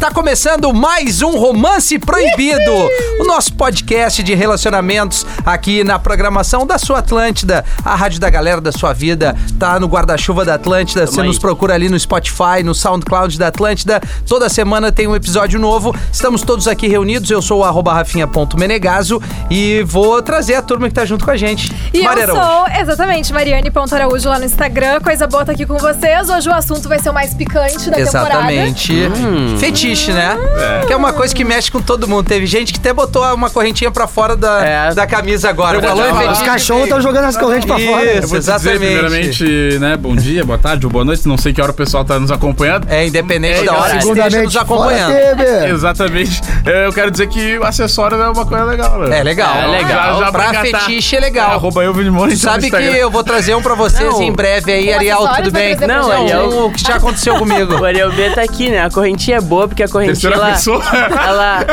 Tá começando mais um Romance Proibido, o nosso podcast de relacionamentos aqui na programação da sua Atlântida, a rádio da galera da sua vida, tá no guarda-chuva da Atlântida, você aí. nos procura ali no Spotify, no SoundCloud da Atlântida, toda semana tem um episódio novo, estamos todos aqui reunidos, eu sou o arroba rafinha.menegaso e vou trazer a turma que tá junto com a gente. E Maria eu Araújo. sou, exatamente, Mariane Ponto Araújo lá no Instagram. Coisa boa tá aqui com vocês. Hoje o assunto vai ser o mais picante da temporada. Exatamente. Fetiche, né? Que é uma coisa que mexe com todo mundo. Teve gente que até botou uma correntinha pra fora da, É. da camisa agora. Verdade. Falou em Ah, fetiche, Os cachorros estão jogando as correntes pra fora. Isso, Eu vou te exatamente. Dizer, primeiramente, né, bom dia, boa tarde ou boa noite, não sei que hora o pessoal tá nos acompanhando. É, independente É, da hora que esteja nos Segundamente, fora acompanhando. Temer. Exatamente. É, Eu quero dizer que o acessório é uma coisa legal, né? É legal. É legal. Pra engatar. fetiche é legal. arroba eu, Vini Moura, Sabe que no Instagram. eu vou trazer um pra vocês Não. em breve aí, Um Ariel, acessório tudo vai bem? trazer pra Não, gente. Ariel. o que já aconteceu comigo. O Ariel B tá aqui, né? A correntinha é boa porque a correntinha Terceira ela, pessoa. ela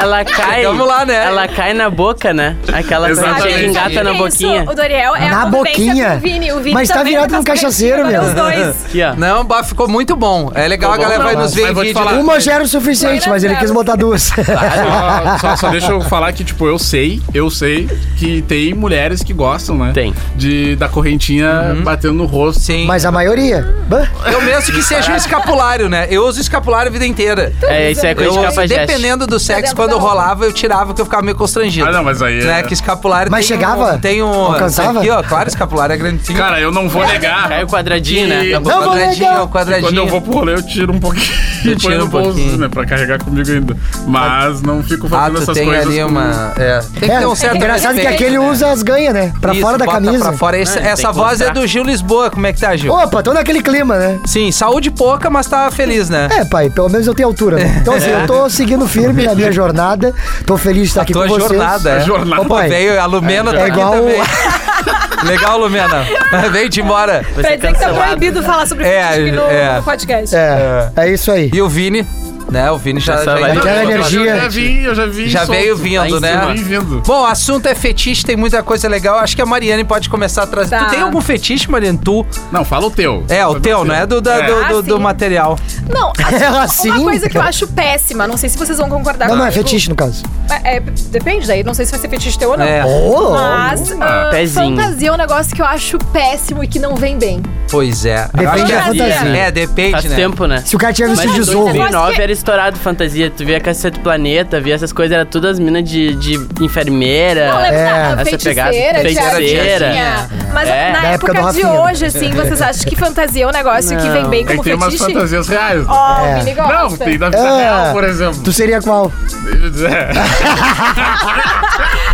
ela cai. Chegamos lá, né? Ela cai na boca, né? Aquela correntinha que Exatamente. engata na É Isso, boquinha. O Doriel é Na a convivência boquinha. com o Vini. O Vini Mas tá também virado com um as correntes, cachaceiro, agora meu. Os dois. Aqui, ó. Não, bah, ficou muito bom. É legal, Ficou a galera bom, vai não, nos mas- ver em mas vou te vídeo. falar. lá. Uma já era o suficiente, mas ele quis botar duas. Só, só, só deixa eu falar que, tipo, eu sei, eu sei que tem mulheres que gostam, né? Tem. De, da correntinha Uhum. batendo no rosto. Sim. Mas a maioria. Bah, Eu mesmo que seja um escapulário, né? Eu uso escapulário a vida inteira. É, isso é coisa de Eu, capageste. dependendo do sexo, é dentro quando da eu onda. rolava, eu tirava porque eu ficava meio constrangido. Ah, não, mas aí é- Né, que escapulário Mas tem chegava? Um, tem um... Alcançava? Aqui, ó, claro, escapulário é grande. Cara, eu não vou negar. Cai o quadradinho, né? E- é o Não, vou quadradinho, negar. é o quadradinho. Quando eu vou pro rolê, eu tiro um pouquinho. Tu e tira ponho no um bolso, pouquinho. né? Pra carregar comigo ainda. Mas não fico Ah, fazendo tu essas tem coisas. ali com- uma... É, tem que É, ter um certo engraçado que respeito, aquele né? usa as ganhas, né? Pra Isso, fora da bota camisa. Pra fora. Esse- Não, tem essa que voz é mostrar. do Gil Lisboa. Como é que tá, Gil? Opa, tô naquele clima, né? Sim, saúde pouca, mas tá feliz, né? É, pai, pelo menos eu tenho altura. né? Então, assim, eu tô seguindo firme na minha jornada. Tô feliz de estar aqui Tua com vocês. jornada, é. A jornada. Ô, pai, Veio a Lumena É tá aqui igual- também. Legal, Lumena. Vem de embora. Vai Pra ser dizer que tá cancelado. proibido falar sobre É, fetiche aqui no, é. no podcast. É, é isso aí. E o Vini, né? O Vini já, Essa já, vai- entrou. Aquela Eu energia. já vi, eu já vi. Já solto. Tá veio vindo, em né? Já vem vindo. Bom, o assunto é fetiche, tem muita coisa legal. Acho que a Mariane pode começar a trazer. Tá. Tu tem algum fetiche, Mariane? Tu? Não, fala o teu. É, o Fala teu, não é do, da- É. do, do- Ah, do sim. material. Não, assim, É assim? uma coisa que eu acho péssima, não sei se vocês vão concordar Não, não, é comigo. fetiche, no caso. É, é, depende daí, não sei se vai ser fetiche teu ou não. É. Oh, Mas ah, Pezinho. fantasia é um negócio que eu acho péssimo e que não vem bem. Pois é. Depende Acho que da é- fantasia. É, depende, Faz né? tempo, né? se o um. cara tiver Mas vestido em de é zorro. 2009 era estourado fantasia. Tu via Cacete Planeta, via essas coisas, era todas as minas de, de enfermeira. Não, lembra É, da- da essa feiticeira, pegada. Feiticeira. feiticeira. tinha. Mas É. na Da época, época do de Rafinha. hoje, assim, vocês acham que fantasia é um negócio que vem bem É que como tem umas fetiche? fantasias reais. Ó, É. o Vini gosta. Não, tem da vida real, É, por exemplo. Tu seria qual?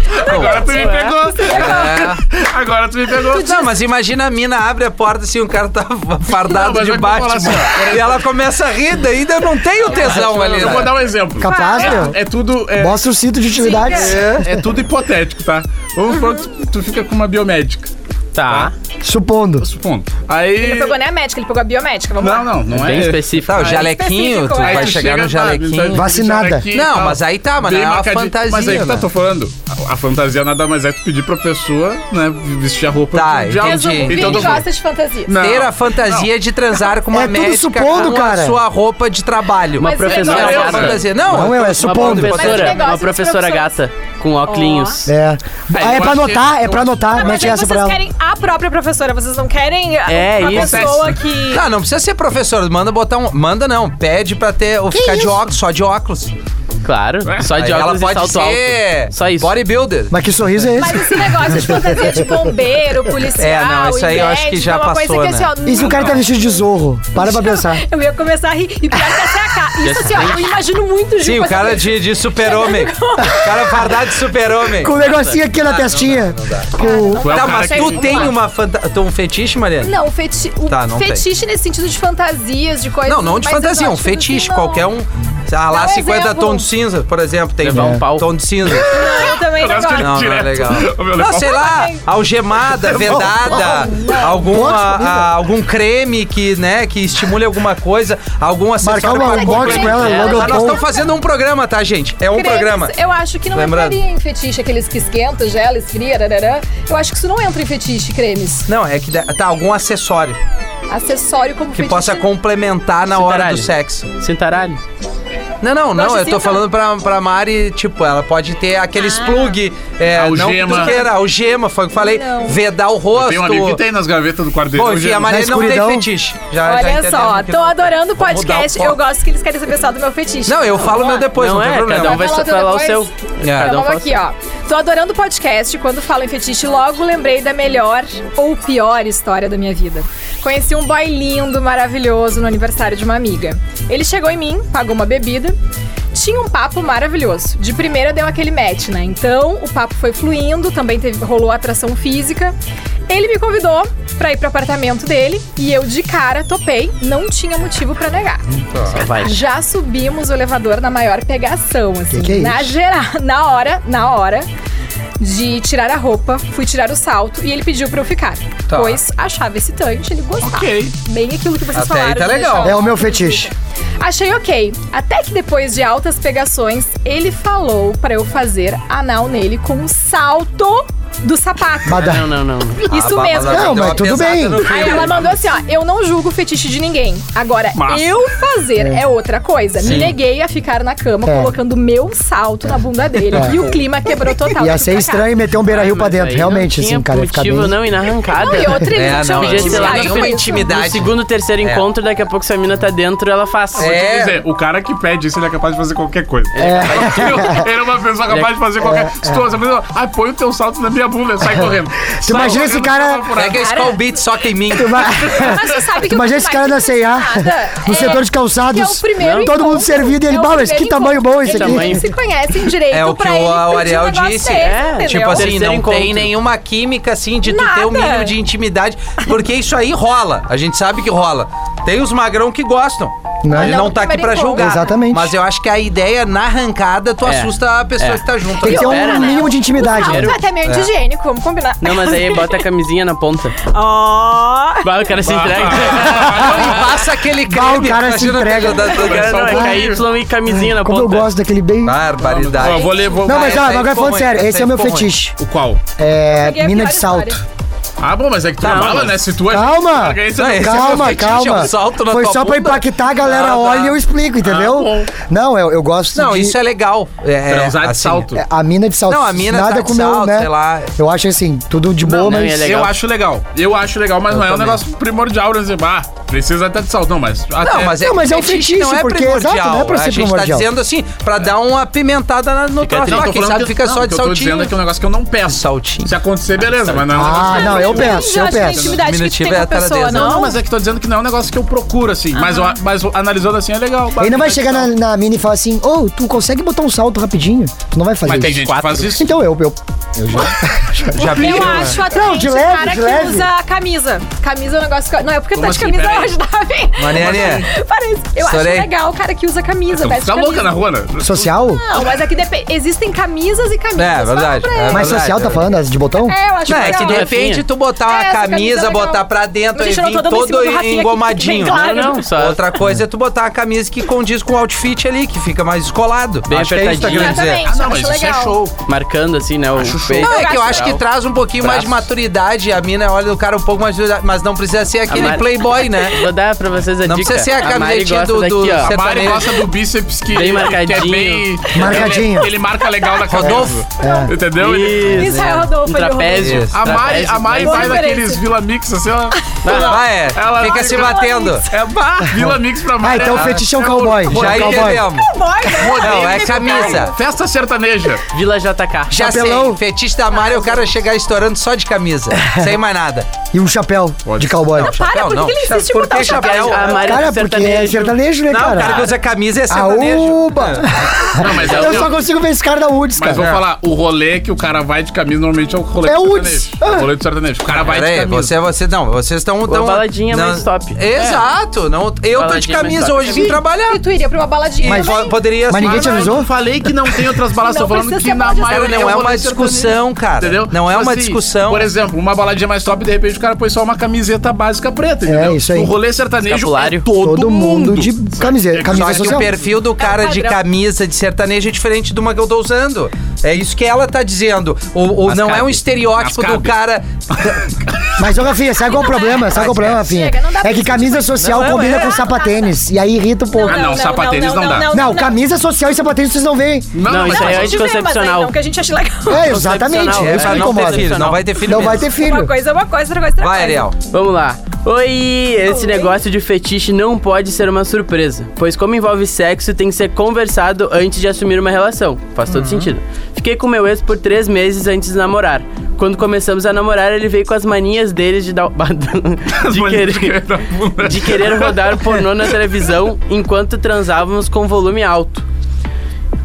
É. Agora tu me pegou. É. Agora tu me pegou. Não, mas imagina a mina abre a porta assim, o cara tá Não, fardado mas de eu vou falar Batman. assim, ó. e ela começa a rir, daí ainda não tem o tesão ali. Eu né? vou dar um exemplo. Capaz, meu? É, é tudo. É, Mostra o cinto de utilidades. é tudo hipotético, tá? Vamos supor que tu, tu fica com uma biomédica, Tá. Supondo. supondo. Aí. Ele pegou nem a médica, ele pegou a biomédica, vamos Não, lá. não, não é. Bem específico. Tá, o né? jalequinho, tu Específico, é. vai Aí tu chegar no então jalequinho. né? Vacinada. Não, mas aí tá, mas Bem não é uma marcadinho. fantasia, Mas aí que tá, né? tô falando. A, a fantasia nada mais é tu pedir pra pessoa, né, vestir a roupa Tá, de algo. Resumo, entendi. Vini Então, tô falando. gosta de fantasia. Não. Ter a fantasia de transar com uma É tudo médica supondo, com a cara. sua roupa de trabalho. Mas professora é não, uma gata. fantasia. Não, Não, eu eu, tô- é supondo. Uma Mas professora, negócio uma das professora gata profissões. com óculos. É. Ah, é eu pra acho anotar, que- é pra anotar. Não, mas Mete aí essa pra vocês ela. querem a própria professora, vocês não querem a, É, a isso. pessoa que... Tá, não precisa ser professor, manda botar um. Manda não, pede pra ter. Ou ficar de óculos, só de óculos. Claro. Só Aí de ela óculos e pode salto ser alto. Só isso. bodybuilder. Mas que sorriso é Mas esse? esse negócio de fantasia de bombeiro, policial, É, não, isso aí eu acho que idética, já uma passou, coisa que, né? assim, ó, E se o cara tá vestido de zorro? Para pra pensar. Eu ia começar a rir. E pior que até a cara. Isso assim, ó, eu imagino muito o Gil Sim, o fazendo cara isso. de, de super-homem. o cara fardado de super-homem. Com o negocinho aqui na testinha. Com- Tu é Tá, o cara mas que- tu tem uma fanta... tu- um fetiche, Mariana? Não, feti o Tá, não fetiche nesse sentido de fantasias, de coisas. Não, não de mais fantasia, um exóticas, fetiche. assim, não. Qualquer um. Ah, lá Dá um 50 exemplo. tons de cinza, por exemplo, tem É. Levar um pau. tom de cinza. Eu também não gosto gosto. que ele- Não, não é Direto. legal. O meu Não, legal. sei lá, um algemada, vedada, alguma, comida. a- algum creme que, né, que estimule alguma coisa, algum acessório uma para unbox complementar. com ela, Mas logo eu nós compro. estamos fazendo um programa, tá, gente? É um Cremes, programa. Eu acho que não Lembrando. entraria em fetiche aqueles que esquenta, gela, esfria, rarará. Eu acho que isso não entra em fetiche, cremes. Não, é que dá- tá algum acessório Acessório como que fetiche. possa complementar na hora do Cintaralho. sexo. Cintaralho. Não, não, não, Gosta eu tô assim, falando pra, pra Mari, tipo, ela pode ter Ah. aqueles plug, é, Algema. não piqueira, algema, foi o que eu falei, Não. vedar o rosto. Tem um amigo que tem nas gavetas do é quarto dele. Bom, Hoje enfim, a Maria na não tem Tá escuridão. fetiche. Já, já Olha entendemos só, que tô não- adorando o Vamos mudar podcast. o eu foco. gosto que eles querem saber só do meu fetiche. Não, eu falo meu depois, não, não tem é, problema. cada um vai Vai falar o teu falar o seu. É. depois? Cada Então um fala vamos o aqui, seu. ó. Tô adorando o podcast. Quando falo em fetiche, logo lembrei da melhor ou pior história da minha vida. Conheci um boy lindo, maravilhoso, no aniversário de uma amiga. Ele chegou em mim, pagou uma bebida. Tinha um papo maravilhoso. De primeira deu aquele match, né? Então o papo foi fluindo, também teve, rolou atração física. Ele me convidou pra ir pro apartamento dele e eu de cara topei, não tinha motivo pra negar. Ah, Vai. Já subimos o elevador na maior pegação, assim. Que que é na isso? geral, na hora, na hora de tirar a roupa, fui tirar o salto e ele pediu pra eu ficar. Tá. Pois achava excitante, ele gostava. Ok. Bem aquilo que vocês Até aí falaram. tá de legal. deixar É o meu fetiche. Achei ok. Até que depois de altas pegações, ele falou pra eu fazer anal nele com um salto do sapato. Mas dá- Não, não, não. Ah, Isso bah, mesmo. ela deu Não, mas uma tudo pesada bem. no Aí filho. ela mandou assim, ó, eu não julgo o fetiche de ninguém. Agora, Mas- eu fazer é. outra coisa. Me Sim. neguei a ficar na cama É. colocando meu salto na bunda dele. É. E o clima quebrou total. Ia ser Pra cá. estranho meter um beira-rio pra Ah, Mas dentro, aí realmente, não tinha assim, cara. ia Ficar bem... motivo não ir na arrancada. Não, e outra, eles É, não tinham não, Podia ser lá intimidade nenhuma com isso. intimidade. No segundo, terceiro É. encontro, daqui a pouco se a mina tá dentro, ela faz. É. Quer dizer, o cara que pede isso, ele é capaz de fazer qualquer coisa. Entendeu? Ele é uma pessoa capaz de fazer É. qualquer coisa. Se tu, essa pessoa, ai, põe o teu salto na minha bunda, sai correndo. Sai imagina esse correndo, cara- sai furado. Pega esse Cara. Skull Beat, soca em mim. Mas você sabe que o Imagina esse cara da mais C&A, impressionada no é setor de que calçados, é o primeiro todo mundo encontro, servido e ele, é o "Bah, mas primeiro que tamanho encontro". bom esse Eles aqui. nem se conhecem direito É o que pra ele o pedir um Ariel negócio disse. desse, É, entendeu? Tipo assim, Terceiro não encontro. tem nenhuma química assim de tu ter o Nada. mínimo de intimidade, porque isso aí rola. A gente sabe que rola. Tem os magrão que gostam. Não. Ele não tá aqui pra julgar. Exatamente. Mas eu acho que a ideia na arrancada tu É. assusta a pessoa É. que tá junto. Tem que ter Pera, um né? mínimo de intimidade. né? Não, é até meio antigênico, vamos combinar. Não, mas aí bota a camisinha na ponta. Ó. Vai, o cara se entrega. Não, e passa aquele Bah, creme. o um cara se imagina tá o entrega. da- da- da- Não, é KY e camisinha na Como ponta. eu gosto daquele bem... Barbaridade. Ó, vou ler, vou... Não, mas essa ó, aí agora ficou falando ruim, sério, essa esse aí é o meu ficou ruim. fetiche. O qual? É, Peguei a mina pior de salto. história. Ah, bom, mas é que tu é Não, bala, mas- né? Se tu é... Calma! Aí você Não, não- esse é o Calma, meu fetiche, é calma. um salto na Foi tua só pra bunda. impactar, a Ah, galera tá. olha e eu explico, entendeu? bom. não, eu, eu gosto Não, de... isso é legal. É, é, Transar de assim, salto. É, A mina de salto. Não, a mina nada tá de com meu, salto, né? sei lá. Eu acho assim, tudo de boa, não, mas. é Eu legal. acho legal. Eu acho legal, mas não é um também. negócio primordial, né? Dizer, ah, precisa até de salto. Não, mas... Não, mas é, Não, mas é um fetiche, não é porque- primordial. exato, não é pra a ser gente tá primordial. dizendo assim, pra dar uma pimentada na- no troço. Ah, quem sabe fica só de Eu tô dizendo é saltinho. que é um negócio que eu não peço. Saltinho. Se acontecer, beleza, mas não é um negócio Ah, que eu não, eu peço. peço, eu acho que a peço. intimidade que tu tem com a Diminutivo é a pessoa, taradeza. Não, não? mas é que tô dizendo que não é um negócio que eu procuro, assim. Mas, Ah. eu- mas analisando assim é legal. Ele não vai chegar na, na mina e falar assim, ô, tu consegue botar um salto rapidinho? Tu não vai fazer Mas tem isso. gente que faz isso. Então eu, eu. eu já... Já vi. Eu acho até Não, gente, de leve, cara de que leve. usa camisa. Camisa é um negócio que... Não, é porque tu tá Como de assim? camisa Peraí. hoje, Davi. Mariane, Parece. Eu Estourei. acho legal o cara que usa camisa, Tu veste Tá camisa. louca na rua, né? Social? Não, mas é que depende. Existem camisas e camisas. É, verdade. Fala pra É, ele. Mas verdade, social tá é. falando, as de botão? É, eu acho Não, é que de legal. repente tu botar uma É, essa camisa é camisa, legal. botar pra dentro e Gente, eu não vir tô dando em cima todo do Rafinha aqui, engomadinho. bem claro. Não, não, só- Outra coisa é tu botar uma camisa que condiz com o outfit ali, que fica mais descolado. Bem acho que é isso que tá querendo dizer. Exatamente, Ah, não, eu mas acho isso é legal. show. Marcando assim, né? O Acho show. peito. Não, é que eu Braço. acho que traz um pouquinho mais de Braço. maturidade. A mina olha o cara um pouco mais de maturidade, mas não precisa ser aquele Mari- playboy, né? Vou dar pra vocês a Não dica. precisa ser a Mari camisetinha gosta do- daqui, do- ó. A Mari Sertanejo. gosta do bíceps que, Bem que é marcadinho. bem... Marcadinho. Ele, ele marca legal na cabeça. Rodolfo. É. Entendeu? Ele- Isso é Rodolfo, Um ele é trapézio. Rodolfo. A Mari, a Mari Boa vai referência. naqueles Vila Mix, assim, ela... Ah, é. Ela- Fica se Ela- batendo. É bah, Vila Mix pra Ah, Mari. então o fetiche é um cowboy. Já É um cowboy. entendemos. Boy, Não, é camisa. Festa sertaneja. Vila JK. Já Chapelão. sei, fetiche da Mari é o cara chegar estourando só de camisa, sem mais nada. E um chapéu Pode. de cowboy. Para, por que que ele Chapéu, insiste em por botar que o chapéu? chapéu? A Mari Cara, do porque é sertanejo, né, Não, o cara que cara? usa camisa é sertanejo. Aúba! Não, mas é Eu o- só consigo ver esse cara da Woods, Mas cara. vou falar, o rolê que o cara vai de camisa normalmente é o rolê É do o Uds. sertanejo. É o rolê do sertanejo. Tipo, o cara vai Peraí, de camisa. você, você, não, vocês estão... Uma baladinha mais top. Exato. Não, eu tô de Baladinha mais camisa top. hoje, vim trabalhar. E tu iria pra uma baladinha Mas- também? Po- Poderia... Mas ninguém te Mas avisou? eu falei que não tem outras balas, Não tô falando precisa que ser na balada de maioria Não é eu vou uma nesse discussão, cara. Entendeu? Não é Tipo uma assim, discussão. Por exemplo, uma baladinha mais top, de repente o cara põe só uma camiseta básica preta, É, entendeu? isso aí. No rolê sertanejo é Escapulário. todo, Todo mundo de camiseta, Só camisa que o social. perfil Tá do cara de padrão. camisa de sertanejo é diferente de uma que eu tô usando. É isso que ela tá dizendo. Ou, ou Mas não é um cabe. estereótipo Mas do cabe. cara. Mas, ô, Rafinha, sabe qual é o problema? Sabe qual é o problema, Rafinha? Chega, não dá pra É que camisa social Não, combina é. com sapatênis. E aí irrita um pouco. Ah, não, sapatênis não dá. Não, camisa social e sapatênis vocês não veem. Não, Não, mas isso aí é é A gente vê, mas aí anticoncepcional. Não, que a gente acha legal. É, exatamente. Não, É, isso pra que me não ter incomoda. filho. Não vai ter filho Não mesmo. vai ter Uma filho. coisa é uma coisa, outra coisa é outra Vai, coisa. Ariel. Vamos lá. Oi! Esse Oi. negócio de fetiche não pode ser uma surpresa, pois como envolve sexo, tem que ser conversado antes de assumir uma relação. Faz todo sentido. Fiquei com meu ex por três meses antes de namorar. Quando começamos a namorar, ele veio com as manias dele de dar... é de querer... de querer rodar pornô na televisão enquanto transávamos com volume alto.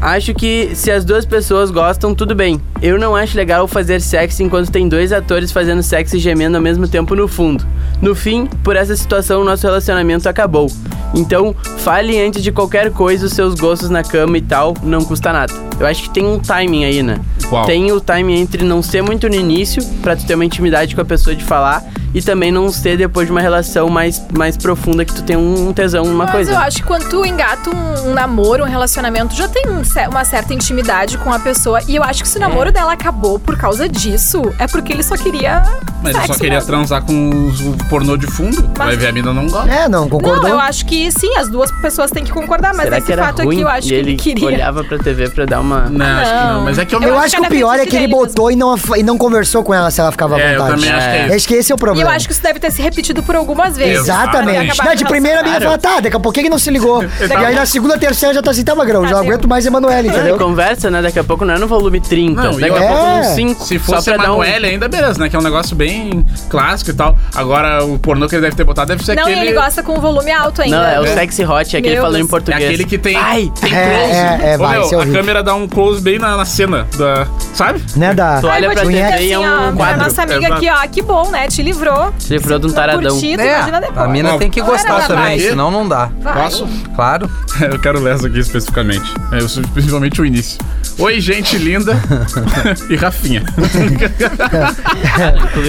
Acho que se as duas pessoas gostam, tudo bem. Eu não acho legal fazer sexo enquanto tem dois atores fazendo sexo e gemendo ao mesmo tempo no fundo. No fim, por essa situação, o nosso relacionamento acabou. Então, fale antes de qualquer coisa os seus gostos na cama e tal, não custa nada. Eu acho que tem um timing aí, né? Qual? Tem o timing entre não ser muito no início, pra tu ter uma intimidade com a pessoa de falar, e também não ser depois de uma relação mais, mais profunda que tu tem um tesão, uma Mas coisa. eu acho que quando tu engata um, um namoro, um relacionamento, já tem um ce- uma certa intimidade com a pessoa. E eu acho que se o namoro dela acabou por causa disso, é porque ele só queria. Mas eu só sexo né? queria mesmo. transar com os- o pornô de fundo. Mas- Vai ver, a mina não gosta. É, não, Não, concordou. eu acho que sim, as duas pessoas têm que concordar, mas Será esse que era fato ruim? aqui eu acho e que ele ele queria. olhava pra TV pra dar uma... Não, acho que não. Mas é que eu, Eu me... Eu acho acho que que o era pior é fetiche que ele dele botou e não, af- e não conversou com ela se ela ficava à É, eu vontade. também acho que é isso. Acho que esse é o E problema. eu acho que isso deve ter se repetido por algumas vezes. Até Exatamente. acabar Não, com de a primeira a relação. menina fala, tá, daqui a pouquinho não se ligou. e aí na segunda, terceira já tá assim, tá, Magrão, Tá, já tem- aguento mais Emanuele, Não, e entendeu? conversa, né? Daqui a pouco não é no volume 30, Não, daqui e a é. pouco no 5. Se fosse só pra dar um... Emanuele ainda, beleza, né? Que é um negócio bem clássico e tal. Agora, o pornô que ele deve ter botado deve ser Não, e aquele... ele gosta com o volume alto ainda. Não, é o É. sexy hot, é aquele Meu falando em Deus. É português. aquele que tem, Ai! tem close. É, é, é, Ô, vai, meu, isso eu a vi. câmera dá um close bem na, na cena da... Sabe? Né, da... Tu olha Ai, pra vou te dizer TV e é assim, ó, um pra quadro. nossa amiga Exato. aqui, ó, que bom, né? Te livrou. Se livrou de um taradão. Curtido, É, imagina depois. a mina Ó, tem que não era gostar nada também, mais. senão não dá. Vai. Posso? Claro. Eu quero ler essa aqui especificamente. É, eu sou- principalmente o início. Oi, gente linda e Rafinha.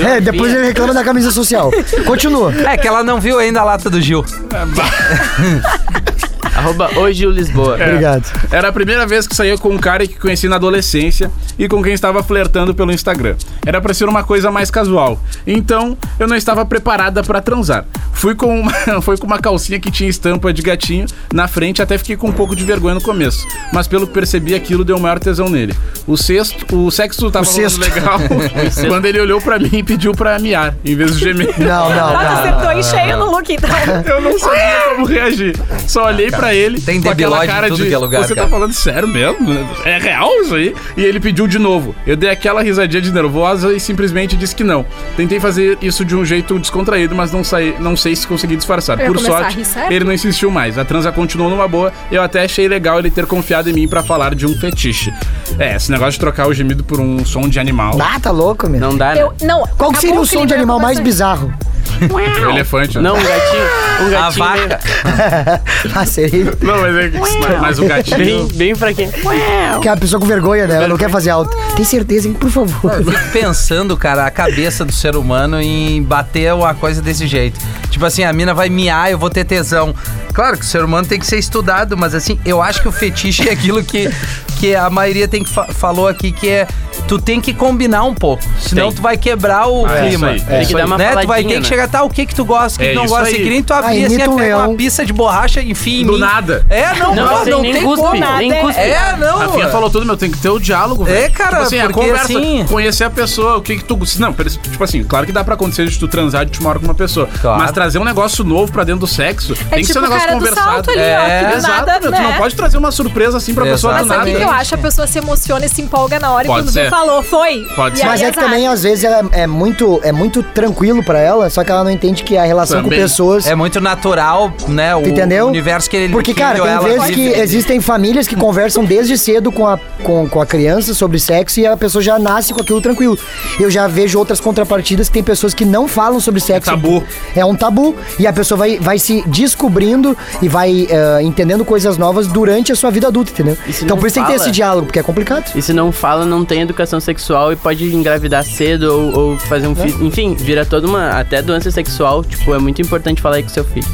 É, depois ele reclama da camisa social. Continua. É que ela não viu ainda a lata do Gil. Arroba hoje o Lisboa. É. Obrigado. Era a primeira vez que saía com um cara que conheci na adolescência e com quem estava flertando pelo Instagram. Era pra ser uma coisa mais casual. Então, eu não estava preparada pra transar. Fui com, uma, fui com uma calcinha que tinha estampa de gatinho na frente, até fiquei com um pouco de vergonha no começo. Mas pelo que percebi, aquilo deu o maior tesão nele. O sexto, o sexo tava O rolando sexto. legal quando ele olhou pra mim e pediu pra miar, em vez de gemer. Não, não, Nossa, não. acertou em cheio no look, então. Eu não sabia como reagir. Só olhei pra ele Tem com aquela debilóide em cara tudo de. que é lugar, Você cara." tá falando sério mesmo? É real isso aí? E ele pediu de novo. Eu dei aquela risadinha de nervosa e simplesmente disse que não. Tentei fazer isso de um jeito descontraído, mas não, saí, não sei se consegui disfarçar. Eu ia Por começar a sorte, rir, sério? ele não insistiu mais. A transa continuou numa boa. Eu até achei legal ele ter confiado em mim pra falar de um fetiche. É, esse negócio de trocar o gemido por um som de animal. Ah, tá louco, meu. Não dá, né? Eu, não, Qual que seria acabou o som clima, de eu animal vou mais fazer. bizarro? Um elefante, né? Não, um gatinho. Um A gatinho vaca. Ah, seria. Não, mas, é, mas o gatinho. Bem, bem, bem fraquinho. Que é a pessoa com vergonha, né? Ela não quer fazer alto. Tem certeza, hein? Por favor. Eu fico pensando, cara, a cabeça do ser humano em bater uma coisa desse jeito. Tipo assim, a mina vai miar, eu vou ter tesão. Claro que o ser humano tem que ser estudado, mas assim, eu acho que o fetiche é aquilo que, que a maioria tem que fa- falou aqui, que é tu tem que combinar um pouco, senão Tem. tu vai quebrar o Ah, é clima. isso aí, é Né? isso aí. Tem que dar uma Tu vai ter faladinha, que né? chegar, tá, o que que tu gosta, o que É que tu não isso gosta, aí. e que nem tu Ah, abrir assim, imita um pega uma leão. pizza de borracha, enfim, em Do mim. nada. É, não, Não, não, sem não nem tem cuspe, como. nem é. cuspe. É, não. A Fia falou tudo, meu, tem que ter o diálogo, velho. É, cara, tipo assim, a porque conversa, assim- conhecer a pessoa, o que que tu... Não, pera- tipo assim, claro que dá pra acontecer de tu transar de te hora com uma pessoa, Claro. mas trazer um negócio novo pra dentro do sexo, É tem que tipo ser um o negócio cara do conversado. É, salto ali, É, ó, que do Exato, nada, meu, tu né? não pode trazer uma surpresa assim pra pessoa Mas do sabe nada. o que eu acho? A pessoa se emociona e se empolga na hora e Pode quando vê ser. falou, foi. Pode E ser. aí, Mas é que exato. também, às vezes, ela é, é muito, é muito tranquilo pra ela, só que ela não entende que a relação Também. com pessoas. É muito natural, né? O tu entendeu? o universo que ele Porque, que ele cara, ou tem ela vezes que vive. existem famílias que conversam desde cedo com a, com, com a criança sobre sexo e a pessoa já nasce com aquilo tranquilo. Eu já vejo outras contrapartidas que tem pessoas que não falam sobre sexo. tabu. É um tabu. E a pessoa vai, vai se descobrindo e vai eh, entendendo coisas novas durante a sua vida adulta, entendeu? E se Então não por isso tem que ter fala? esse diálogo, porque é complicado. E se não fala, não tem educação sexual e pode engravidar cedo ou, ou fazer um filho. Enfim, vira toda uma. Até doença sexual, tipo, é muito importante falar aí com seu filho.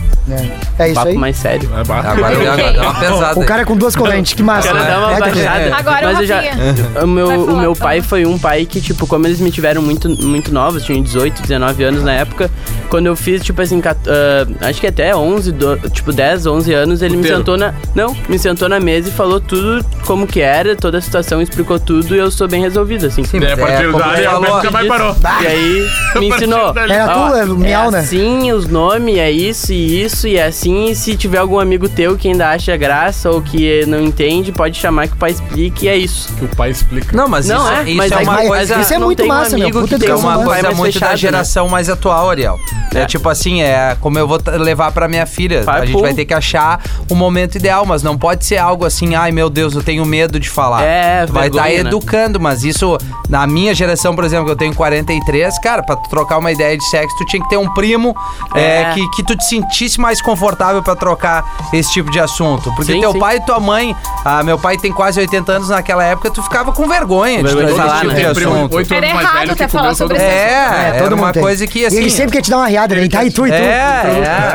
É, isso Papo aí. mais sério. É barra. Agora deu agora deu uma pesada. O aí. cara com duas correntes, que massa. Quero né? dar uma É, tá vendo? baixada. Agora mas o eu já, Rafinha. o meu, Vai falar, o meu fala. pai foi um pai que, tipo, como eles me tiveram muito, muito novos, tinham 18, 19 anos na época, quando eu fiz, tipo assim, cat- ah, acho que até 11, do- tipo 10, 11 anos, ele me Puteiro. sentou na... Não, me sentou na mesa e falou tudo como que era, toda a situação, explicou tudo e eu sou bem resolvido, assim. Sim, Daí, mas a é, partir como daí, ele a falou, nunca mais parou. E aí me partir ensinou. dali. Era ó, tu, era o miau, é né? Assim, os nomes, é isso e isso, e é assim. E se tiver algum amigo teu que ainda acha graça ou que não entende, pode chamar que o pai explique, e é isso. Que o pai explica. Não, mas não isso, é, isso mas é aí- uma mas coisa. às vezes isso é não muito tem um massa, meu. amigo Puta que que É tem São uma Paulo um pai coisa mais muito fechado, da né? geração mais atual, Ariel. É. É. tipo assim, é como eu vou t- levar pra minha filha. Vai, a gente pô. vai ter que achar o momento ideal, mas não pode ser algo assim, ai meu Deus, eu tenho medo de falar. É, Tu vai estar vergonha, né? educando, mas isso, na minha geração, por exemplo, que eu tenho 43, cara, pra tu trocar uma ideia de sexo, tu tinha que ter um primo é, É. que, que tu te sentisse mais confortável pra trocar esse tipo de assunto. Porque Sim, teu sim. pai e tua mãe, ah, meu pai tem quase 80 anos naquela época, tu ficava com vergonha de Vergonha de trazer esse falar, tipo né? de Tem primo assunto. oito Era anos mais errado velho que até comeu falar todo sobre mundo. isso. É, todo era uma mundo tem. coisa que assim. E ele sempre quer te dar uma riada, né? Ele tá e tu e tu. É,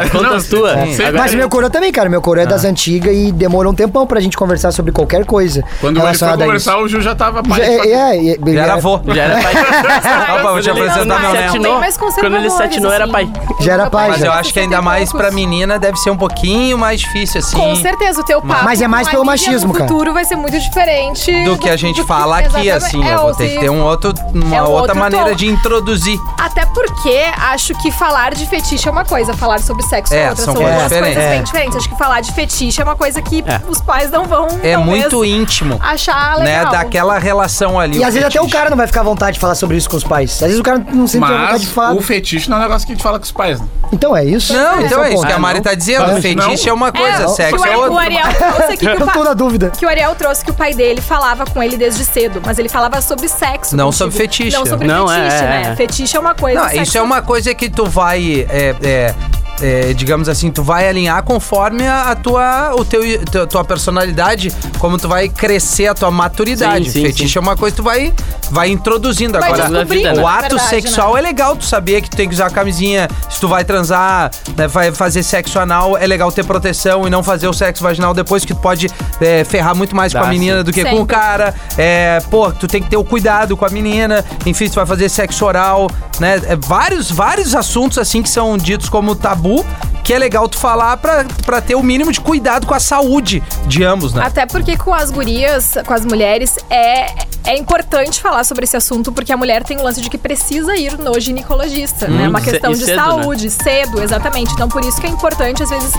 é. Conta as tuas. Sempre. Agora- Mas o meu coro também, cara. Meu coro é das antigas e demorou um tempão pra gente conversar sobre qualquer coisa. Quando ele foi relacionada a conversar, o Ju já tava isso. Já- é, é, é, ele Já era era- avô. Já era pai. é, Opa, vou te Quando ele- apresentar meu neto. quando ele se né? Tem atinou- mais Quando ele se conservadores, atinou, era assim. pai. Já era Meu pai, Mas já. eu acho que ainda mais pra menina deve ser um pouquinho mais difícil, assim. Com certeza, o teu papo. Mas é mais com a pelo mídia machismo, no cara. futuro vai ser muito diferente Do que a gente do- fala aqui, Exatamente. assim. É, Eu ou vou ter se- que ter um outro, uma é um outra outro maneira tom. de introduzir. Até porque acho que falar de fetiche é uma coisa, falar sobre sexo É, é outra. são São, coisas duas diferentes. coisas É. bem diferentes. Acho que falar de fetiche é uma coisa que os pais não vão. É talvez, muito íntimo, Achar né? legal. Daquela relação ali. E às vezes até o cara não vai ficar à vontade de falar sobre isso com os pais. Às vezes o cara não sente um a vontade de Mas falar. o fetiche não é um negócio que a gente fala com os pais. né? Então é isso. Não, Esse então é o isso ponto. que a Ah, Mari não. tá dizendo. Mas Fetiche não. é uma coisa, não. Que o, sexo é Ariel- o outra. Ariel trouxe aqui que o Eu tô pa- na dúvida. que o Ariel trouxe que o pai dele falava com ele desde cedo, mas ele falava sobre sexo. Não contigo. sobre fetiche. Não sobre Não, fetiche, é, né? é. Fetiche é uma coisa. Não, sexo isso é uma coisa que tu vai. é, é, é, digamos assim, tu vai alinhar conforme a, a tua, o teu, teu- tua personalidade, como tu vai crescer a tua maturidade. Sim, sim, Fetiche sim. é uma coisa que tu vai, vai introduzindo Vai agora. descobrindo, vida, né? O na ato verdade, sexual é legal, tu saber que tu tem que usar camisinha, se tu vai transar, né, vai fazer sexo anal, é legal ter proteção e não fazer o sexo vaginal depois, que tu pode é, ferrar muito mais Dá, com a menina sim. do que com o Sempre. cara. É, pô, tu tem que ter o cuidado com a menina, enfim, tu vai fazer sexo oral, né? É, vários, vários assuntos assim que são ditos como tabu, que é legal tu falar pra, pra ter o mínimo de cuidado com a saúde de ambos, né? Até porque com as gurias, com as mulheres, é, é importante falar sobre esse assunto, porque a mulher tem o lance de que precisa ir no ginecologista, né? É uma Hum, ce- questão e de cedo, saúde, cedo, exatamente. Então, por isso que é importante, às vezes,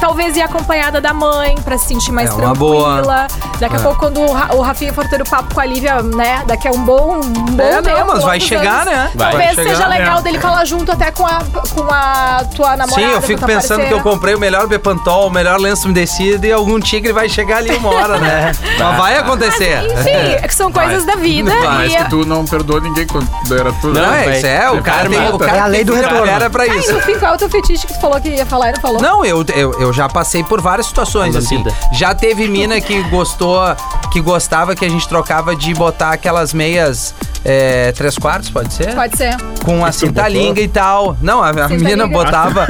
talvez ir acompanhada da mãe, pra se sentir mais É uma tranquila. boa. Daqui É. a pouco, quando o Ra- o Rafinha for ter o papo com a Lívia, né? Daqui a um bom, um bom É, não, tempo, mas vai outros chegar, né? Vai Talvez chegar, seja né? legal dele falar junto até com a, com a tua namorada. Sim, eu com a fico tua pensando que eu parceira. comprei o melhor Bepantol, o melhor lenço umedecido e algum tigre vai chegar ali uma hora, né? Mas vai acontecer. Enfim, é que são coisas da vida. Mas e é que tu não perdoou ninguém quando era tu. Não, né? é, isso é, o É cara, tem, karma. o cara É a lei tem do que retorno. Era pra Ai, isso. no fim, qual é o teu fetiche que tu falou que ia falar e não falou? Não, eu, eu, eu já passei por várias situações, Coisa assim. linda. Já teve mina que gostou, que gostava que a gente trocava de botar aquelas meias é, três quartos, pode ser? Pode ser. Com a Isso cinta botou? linga e tal. Não, a, a mina liga. botava.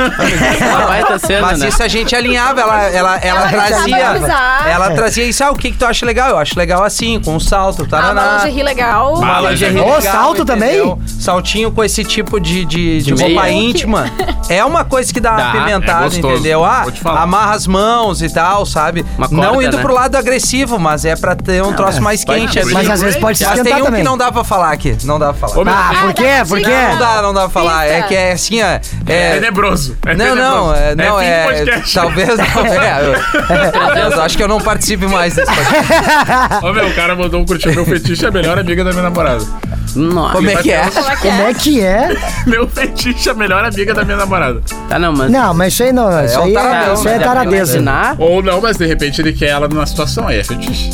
Uma baita cena, Mas né? isso a gente alinhava, ela, ela, ela, Ela trazia. tentava avisar. Ela trazia isso, ah, o que, que tu acha legal? Eu acho legal assim, com um salto, Ah, uma taraná. lingerie legal. Uma lingerie Ô, salto entendeu? Saltinho com esse tipo de, de, de De roupa meia. íntima. É uma coisa que dá uma Dá, apimentada, é gostoso. entendeu? Ah, Vou te falar. Amarra as mãos e tal, sabe? Uma não corda, indo né? pro lado agressivo, mas é pra ter um troço mais pode- quente ali. Mas às vezes pode se Mas tem esquentar um também. que não dá pra falar aqui. Não dá pra Ô, falar. meu, Ah, é- por quê? Por quê? Não dá, não dá pra falar. É Pista. que é assim, ó, é. tenebroso. É Não, não, tenebroso. é, não fim de é. podcast. talvez não. É, eu, eu- eu acho que eu não participe mais desse podcast. Ô, meu, o cara mandou um curtir. Meu fetiche é a melhor amiga da minha namorada. Nossa. Como é que é? Como é que Como é? é que é? Meu fetiche é a melhor amiga da minha namorada. Tá, não, mas... tá, Não, mas isso aí não. Isso um aí é, taradão, isso aí é né? taradeza. Imaginar? Ou não, mas de repente ele quer ela numa situação aí, é fetiche.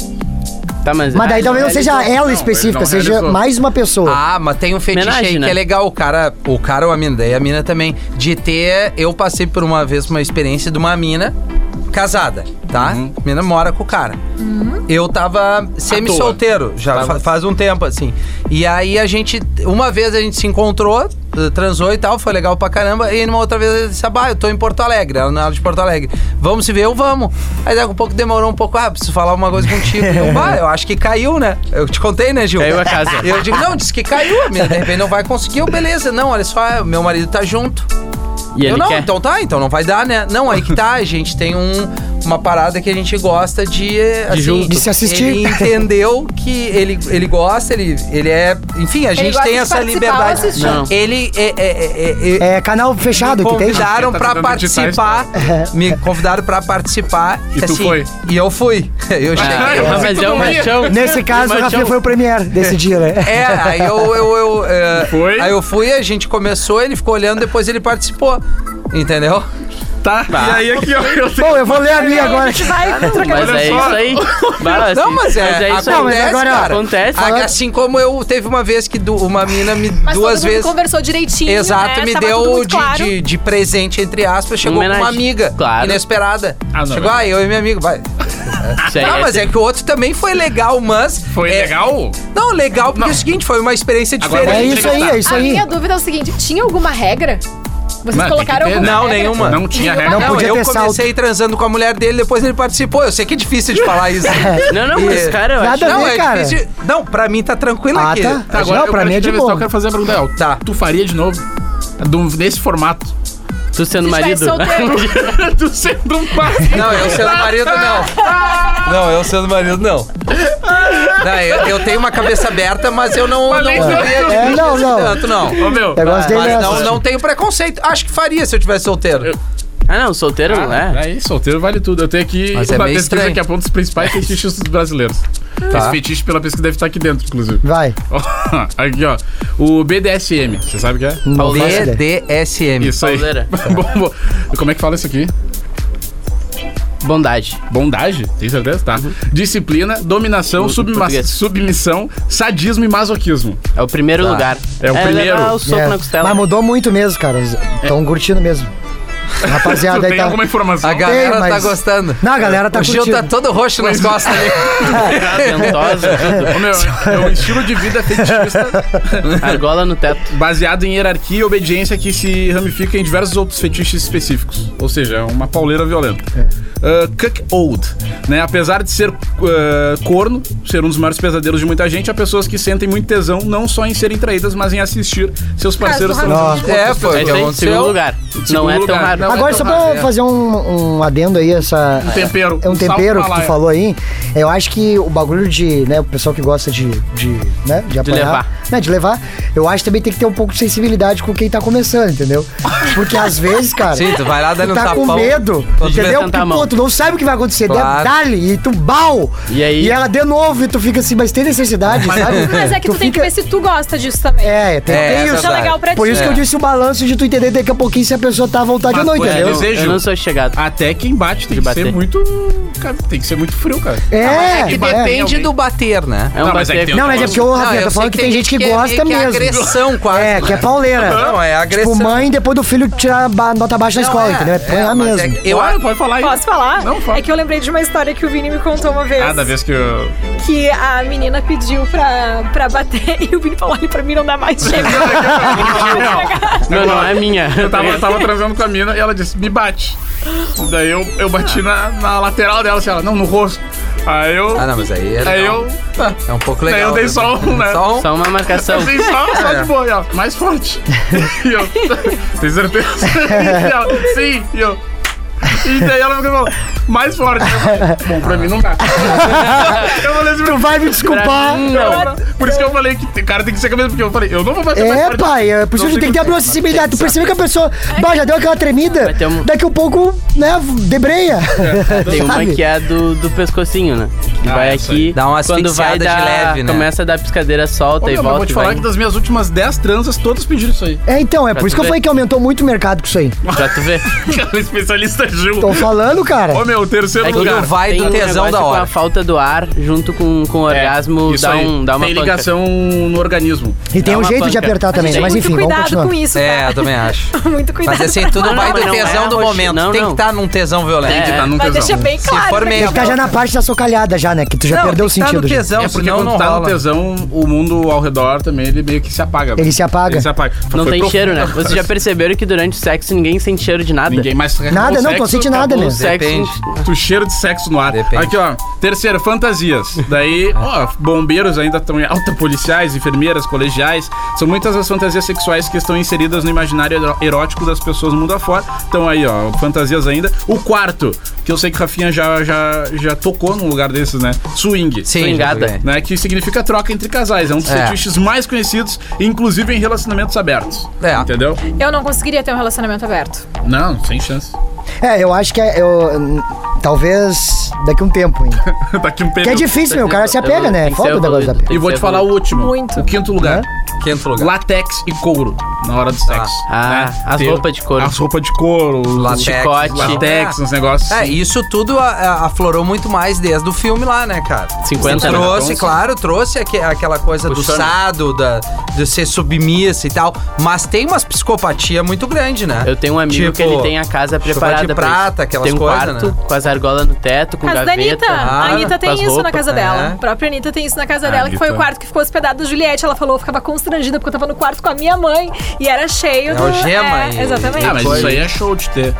Tá, mas... Mas daí Ah, talvez não ele- seja ela não específica, seja realizou. mais uma pessoa. Ah, mas tem um fetiche Homenagem, aí né? que é legal, o cara, o cara ou a mina, daí a mina também, de ter, eu passei por uma vez uma experiência de uma mina casada, tá? Uhum. A Mina mora com o cara. Uhum. Eu tava semi-solteiro, Tá já fa- faz um tempo, assim. E aí a gente, uma vez a gente se encontrou, eh, transou e tal, foi legal pra caramba, e numa outra vez ele disse, ah, bah, eu tô em Porto Alegre, ela não era de Porto Alegre. Vamos se ver, eu vamos. Aí daqui a pouco demorou um pouco, ah, preciso falar uma coisa contigo. Eu, bah, eu acho que caiu, né? Eu te contei, né, Gil? Caiu a casa. E Eu digo, não, disse que caiu, a mina de repente não vai conseguir. Eu, beleza, não, olha só, meu marido tá junto. E eu, ele não, quer. então tá, então não vai dar, né? Não, aí que tá, a gente tem um, uma parada que a gente gosta de. assim, junto. De se assistir. Ele entendeu que ele, ele gosta, ele, ele é. Enfim, a gente gosta tem de essa participar liberdade. ou assistir? Não. Ele é. é- é- é- É canal fechado me que tem. É. convidaram Tá pra tentando participar. Me convidaram pra participar. Assim, E tu foi? E eu fui. Eu cheguei. Ah, mas é um machão. Um Nesse caso, o Rafinha Machão. foi o premier desse dia, né? É, aí eu, eu, eu, é, Foi? aí eu fui, a gente começou, ele ficou olhando, depois ele participou. Entendeu? Tá. E aí aqui, ó, eu tenho... Bom, eu vou ler a É, minha agora. Mas é isso aí. Vai, Não, assim, mas é, acontece, Não, mas agora, cara. acontece. A- Assim como eu teve uma vez que du- uma mina me Mas duas todo mundo vezes. conversou direitinho, Exato, né? me Tava tudo deu muito de, claro. de- de presente, entre aspas, chegou com uma Homenagem. amiga Claro. inesperada. Ah, não, chegou, mas- ah, eu e minha amiga, vai. Isso aí não, é mas é que o outro também foi legal, mas... Foi é- legal? Não, legal, porque é o seguinte, foi uma experiência Agora diferente. É isso aí, é isso A aí. minha dúvida é o seguinte, tinha alguma regra? Vocês Mas tem colocaram que ter, né? alguma não, regra? nenhuma. Não tinha Nenhuma regra. né? Não Não, podia eu ter comecei salto. transando com a mulher dele, depois ele participou. Eu sei que é difícil de falar isso. Não, não, mas E- cara, eu Nada acho... a ver. Não, é cara. difícil. Não, pra mim tá tranquilo Ah, aqui. tá. Tá, agora Não, eu pra quero mim é te de entrevistar, boa. Eu quero fazer a pergunta real. Tá. Tu faria de novo? Do- nesse formato? Tu sendo Se marido... tivesse solteiro. tu sendo um pai. Não, eu sendo marido, não. Não, eu sendo marido, não. Não, eu, eu tenho uma cabeça aberta, mas eu não... Mas nem não, tanto. eu- É, não, não. Tanto, não. Ô, meu. O negócio dele é Mas não, essa. não tenho preconceito. Acho que faria se eu tivesse solteiro. Ah, não, solteiro não é. Aí, solteiro vale tudo. Eu tenho aqui né? Mas é uma meio pesquisa estranho. Tá. que aponta os principais fetiches dos brasileiros. Esse fetiche pela pesquisa deve estar aqui dentro, inclusive. Vai. Ó, aqui, ó. O BDSM. Você sabe o que é? Hum, Não faço ideia. BDSM. Isso aí. Pauleira. Bom, bom. Como é que fala isso aqui? Bondade. Bondage, tem certeza? Tá. Uhum. Disciplina, dominação, No- subma- português. submissão, sadismo e masoquismo. É o primeiro lugar. É o primeiro. legal, o soco É. na costela. Mas mudou muito mesmo, cara. Estão curtindo mesmo. tu Rapaziada, tem aí tá. alguma informação? A galera Tem, mas- tá gostando. Não, a galera tá o Gil curtindo. é. tá todo roxo nas costas ali. Tá Dentosa, Ô, meu, é um estilo de vida fetichista argola no teto. baseado em hierarquia e obediência que se ramifica em diversos outros fetiches específicos. Ou seja, é uma pauleira violenta. É. Ah, cuckold, né? Apesar de ser ah, corno, ser um dos maiores pesadelos de muita gente, há pessoas que sentem muito tesão não só em serem traídas, mas em assistir seus parceiros Caso transando. Rafa. É, foi o É que tá isso aí, aconteceu. segundo lugar. não é tão lugar. raro. Não, Agora, só pra fazer um, um adendo aí, essa. Um tempero. É um Um sal tempero pra que lá, tu é. falou aí. Eu acho que o bagulho de, né, o pessoal que gosta de, de né, de apanhar. levar. Né, de levar. Eu acho que também tem que ter um pouco de sensibilidade com quem tá começando, entendeu? Porque às vezes, cara. Sim, tu vai lá dando tu um tá com tapão. medo, Quando tiver entendeu? tentar Porque, a mão. pô, tu não sabe o que vai acontecer. Claro. Detalhe, e tu bal. E aí? E ela de novo, e tu fica assim, mas tem necessidade, sabe? Mas é que tu, tem que ver se tu gosta disso também. É, tem, É, tem é isso. Isso é verdade. legal pra ti. Por isso que eu É. disse o balanço de tu entender daqui a pouquinho se a pessoa tá à vontade ou não, Mas, ué, entendeu? Deus- Desejo. é, Eu não sou chegado. Até quem bate tem De que bater. ser muito. cara, tem que ser muito frio, cara. É, É que é. depende do bater, né? É um Não, mas é que bater. tem Não, mas é porque o Não, Rafinha eu tá sei falando que, tem gente que, é meio gosta que É mesmo. agressão quase. É, que é né? pauleira. Não, é agressão. Tipo, mãe depois do filho tirar ba- nota baixa na Não, escola, entendeu? É apanhar mas mesmo. que eu, Claro, pode falar aí. Posso falar? Não, fala. É que eu lembrei de uma história que o Vini me contou uma vez. Cada vez que eu. Que a menina pediu pra, pra bater e o Vini falou: olha, pra mim não dá mais chega. Não, não, é minha. Ah, Eu tava, eu tava transando com a mina e ela disse, me bate. Daí eu, eu bati na, na lateral dela, assim, ela, não, no rosto. Aí eu. Ah, não, mas aí é Aí legal. eu. Tá. É um pouco legal. Daí eu dei né? só um, né? Só um. Só uma marcação. Eu dei assim, só, só É. de boa, e ela, mais forte. E eu, tem certeza? E ela, sim, e eu. E daí ela ficou mais forte. Eu falei, Bom, pra mim não dá. Eu falei assim, Tu vai me Pra desculpar. mim, Cara, não. Por isso que eu falei que tem- cara tem que ser cabeça, porque eu falei, eu não vou fazer mais É, parte. pai, é por isso Não que tem que ter como- a acessibilidade. Tu percebeu que a pessoa É bah, já deu aquela tremida, Vai ter um- daqui a pouco, né, debreia. Tem uma Sabe? que é a do, do pescocinho, né? Que Ah, vai essa aqui. aí. Dá uma quando vai asfixiada de dar, leve, né? Começa a dar piscadeira, solta Ô, e meu, volta. mas eu vou te e falar vai que indo. das minhas últimas 10 transas, todas pediram isso aí. É, então, é por Pra isso que eu tu falei ver. que aumentou muito o mercado com isso aí. Pra tu ver. É Cara, especialista Gil. Tô falando, cara. Ô, meu, terceiro É que lugar. tudo vai tem do um tesão negócio da Com hora. a falta do ar junto com, com o É, orgasmo isso dá, aí. um, dá uma Tem panca. ligação no organismo. E tem dá um É uma jeito de panca. apertar A também, né? gente Mas Muito enfim, vamos cuidado continuar. com um. isso, É, tá? eu também acho. Muito cuidado. Mas assim, tudo vai mas do não é tesão do roxo- momento. não, Tem que não. É. estar num tesão violento. Tem que tá num Mas tesão. deixa bem Se claro. for né? Tem meio- que tá já na parte da socalhada já, né? Que tu já perdeu o tem que tá sentido. né. no já. tesão, É porque senão quando não tá no rola. tesão, o mundo ao redor também, ele meio que se apaga. Ele se apaga. Ele se apaga. Não Foi tem profundo. cheiro, né? Vocês já perceberam que durante o sexo ninguém sente cheiro de nada? Ninguém mais... Nada, não, tu não sexo, sente nada, né? O sexo. Depende. Tu cheiro de sexo no ar. Depende. Aqui, ó. Terceiro, fantasias. Daí, ó, bombeiros ainda estão em alta, policiais, enfermeiras, colegiais. São muitas as fantasias sexuais que estão inseridas no imaginário ero- erótico das pessoas no mundo afora. Então aí, ó, fantasias ainda. O quarto, que eu sei que o Rafinha já, já, já tocou num lugar desses, né? Swing. Sim, Swingada. tudo bem. Né, que significa troca entre casais. É um dos É. fetiches mais conhecidos, inclusive em relacionamentos abertos. É. Entendeu? Eu não conseguiria ter um relacionamento aberto. Não, sem chance. É, eu acho que é. Eu, talvez daqui um tempo ainda. tá aqui um Que é período. difícil, meu. O cara se apega, né? Tem É que Foda ser o negócio da evoluído. apego. E vou te falar o último. Muito. O quinto lugar. Quinto lugar. Latex e couro na hora do sexo. Ah, né? as Ter- roupas de couro. As roupas de couro, os Latex, chicote. latex, uns negócios. É, assim. isso tudo a- a- aflorou muito mais desde o filme lá, né, cara? 50, né? Trouxe, Então, claro, trouxe aque- aquela coisa Puxando. do sado, da, de ser submissa e tal. Mas tem umas psicopatia muito grande, né? Eu tenho um amigo Tipo, que ele tem a casa chuva de preparada pra prata, isso. aquelas Tem um coisas, quarto né? com as argolas no teto, com Casa da gaveta. Anitta. a ah, Anitta com tem as isso na roupas, né? casa é. dela. A própria Anitta tem isso na casa A dela, que foi o Anitta. quarto que ficou hospedado da Juliette. Ela falou, eu ficava constrangida porque eu tava no quarto com a minha mãe e era cheio É do. algema é, e- Exatamente. Ah, mas Foi. isso aí é show de ter.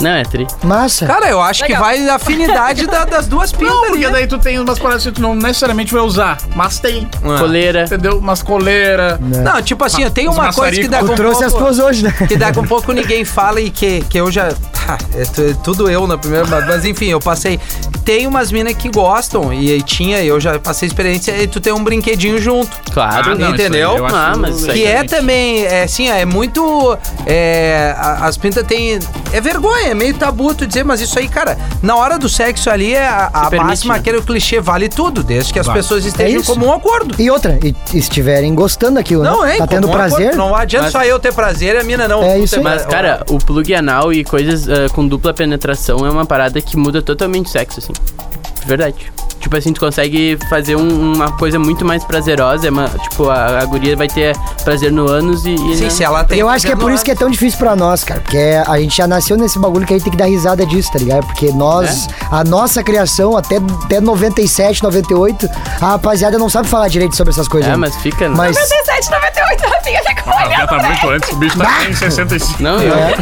Não, é tri. Massa. Cara, eu acho Legal. que vai a afinidade da- das duas pintas Não, ali. porque daí tu tem umas paradas que tu não necessariamente vai usar, mas tem. Ah. Coleira. Entendeu? Umas coleira. Não, tipo assim, eu tenho Os uma coisa que maçarico. dá com Tu É. trouxe as pouco- tuas hoje, né? Que daqui a um pouco ninguém fala e que, que eu já. Ah, é tu- é tudo eu na primeira. Mas, mas enfim, eu passei. Tem umas minas que gostam e, aí tinha, eu já passei experiência e tu tem um brinquedinho junto. Claro. Ah, não, entendeu? isso aí eu acho Ah, mas isso aí Que é realmente. também, é assim, ó, é muito. é, a- as pintas tem. É vergonha, é meio tabu tu dizer, mas isso aí, cara, na hora do sexo ali, é a, a permite, máxima, né? aquele clichê vale tudo, desde que as Vale. pessoas estejam em É isso. comum acordo. E outra, e e estiverem gostando daquilo, Não, né? é, Tá em tendo comum acordo. prazer. Não adianta Mas- só eu ter prazer e a mina não. É Tu isso tem- aí. Mas, cara, o plug anal e coisas ah, com dupla penetração é uma parada que muda totalmente o sexo, assim. De verdade. Tipo assim, tu consegue fazer um- uma coisa muito mais prazerosa. é uma- tipo, a, a guria vai ter prazer no ânus e. e Sim, né? se ela tem. Eu acho que é por isso que é tão difícil pra nós, cara. Porque é, a gente já nasceu nesse bagulho que a gente tem que dar risada disso, tá ligado? Porque nós, a nossa criação, até, até 97, 98, a rapaziada não sabe falar direito sobre essas coisas. É, né? mas fica, né? Mas. 97, 98, Rafinha ficou Já olhando tá pra muito ele. antes, o bicho tá em 65. Não, eu- é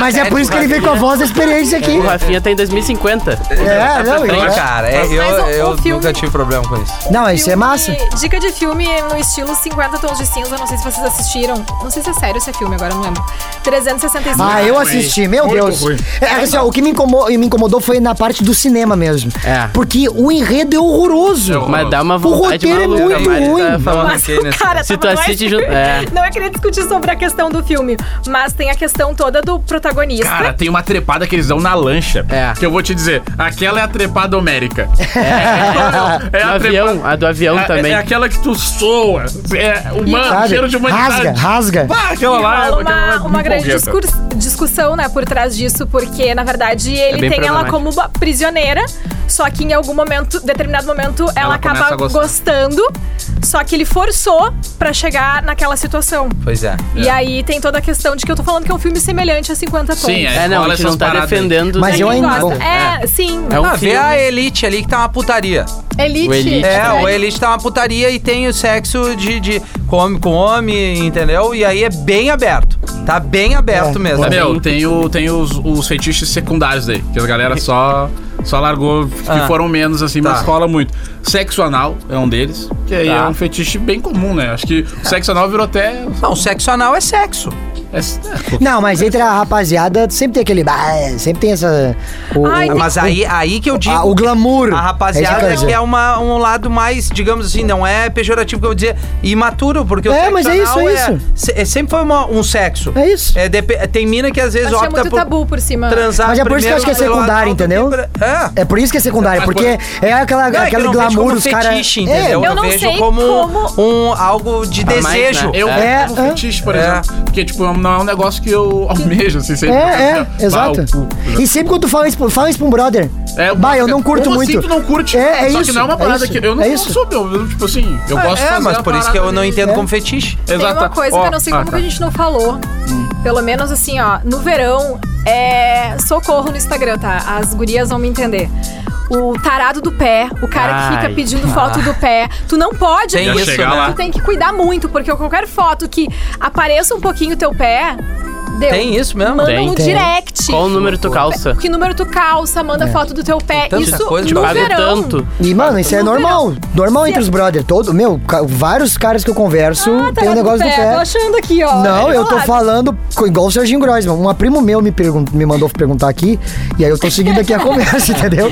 Mas é por isso que ele veio com a voz da experiência aqui. o Rafinha tá em 2050. É, não, Tem, é. cara. é- eu um Mas o- o eu filme- nunca tive problema com isso. Não, isso é Filme- massa. Dica de filme no estilo 50 tons de cinza, não sei se vocês assistiram. Não sei se é sério esse filme, agora eu não lembro. 365. Ah, eu assisti, meu Muito Deus. ruim. É, assim, ó, o que me incomodou, me incomodou foi na parte do cinema mesmo. É. Porque o enredo é horroroso. É horroroso. Mas dá uma O vontade roteiro é maluca. muito a Mari Tá ruim. falando Mas Ok, o né? cara Se tava tu no assiste iceberg. junto- é. Não, eu queria discutir sobre a questão do filme, mas tem a questão toda do protagonista. Cara, tem uma trepada que eles dão na lancha. É. Que eu vou te dizer, aquela é a trepada homérica. É, É do a avião, trepa- a do avião É- também. É, aquela que tu soa. É humano, Sabe? cheiro de humanidade. Rasga, rasga. Pá, aquela lá. rola aquela lá é uma, uma muito grande porreta. discurs- discussão, né, por trás disso, porque na verdade ele bem tem ela problemático. como ba- prisioneira, só que em algum momento, determinado momento, ela, Ela começa acaba a gostar. gostando, só que ele forçou pra chegar naquela situação. Pois é. E aí tem toda a questão de que eu tô falando que é um filme semelhante a 50 tons. Sim, é. É, não, Olha a gente não essas tá paradas aí. defendendo. Mas Pra eu quem ainda- gosta. bom. É, sim. É um Ah, vê filme. a Elite ali que tá uma putaria. Elite. O Elite. É, né? o Elite tá uma putaria e tem o sexo de, de com homem com homem, entendeu? E aí é bem aberto. Tá bem aberto É, mesmo. Meu, tem, o, tem os, os fetiches secundários daí, que a galera só, só largou, que Ah. foram menos, assim, Tá. mas rola muito. Sexo anal é um deles, que aí Tá. é um fetiche bem comum, né? Acho que o sexo anal virou até. Não, sexo anal é sexo. É, é, Não, mas entre a rapaziada sempre tem aquele. ah, Sempre tem essa. o- Ai, o- Mas aí, aí que eu digo. Ah, o glamour. A rapaziada É isso que eu é quero que é uma- um lado mais, digamos assim, não é pejorativo que eu vou dizer, imaturo, porque o É, mas é seccional isso, é isso. se- é sempre foi uma- um sexo. É isso. É, depe- tem mina que às vezes Mas tinha opta muito por tabu né? por cima. transar Mas é por isso que eu acho que é primeiro pelo secundário, anal do entendeu? que por- É. É por isso que é secundário, Mas porque é aquela, Não, é que eu aquele não vejo glamour, É. como os caras. fetiche, entendeu? Tipo, Eu não vejo sei como, como- um algo de mais, desejo. né? Ah, Eu É, como é. um fetiche, por É. exemplo. Porque, tipo, não é um negócio que eu almejo, assim, É, sempre. é, Pau, né? é, exato. ah, cu. E sempre quando tu fala isso, pro- fala isso pra um brother. É, bah, eu não curto como muito. Assim, tu não curte. É, é só isso, que não é uma é parada isso, que. Eu não é sou- isso. sou meu. eu, Tipo assim, eu gosto de É, fazer mas a por isso parada né? que eu não ali. entendo É. como fetiche. Tem uma coisa que eu não sei Ah, como tá. Hum. que a gente não falou. Pelo menos assim, ó, no verão, é. Socorro no Instagram, tá? As gurias vão me entender. O tarado do pé, o cara que Ai. fica pedindo foto do pé. Tu não pode Tem porque isso, chegar né? lá. Tu tem que cuidar muito, porque qualquer foto que apareça um pouquinho o teu pé, deu. Tem isso mesmo? Manda Tem. um Tem. direct. Qual o número tu calça? É. Que número tu calça, manda foto do teu pé. tanta isso coisa no pra Pago verão. tanto. E, mano, isso é No normal. Normal entre os brother. Todo, meu, ca- vários caras que eu converso Ah, tem um tarado negócio do pé. Tô achando aqui, ó. Não, eu tô Olha lá, falando co- igual o Serginho Grossman. Um primo meu me, pergun- me mandou perguntar aqui, e aí eu tô seguindo aqui a conversa, entendeu?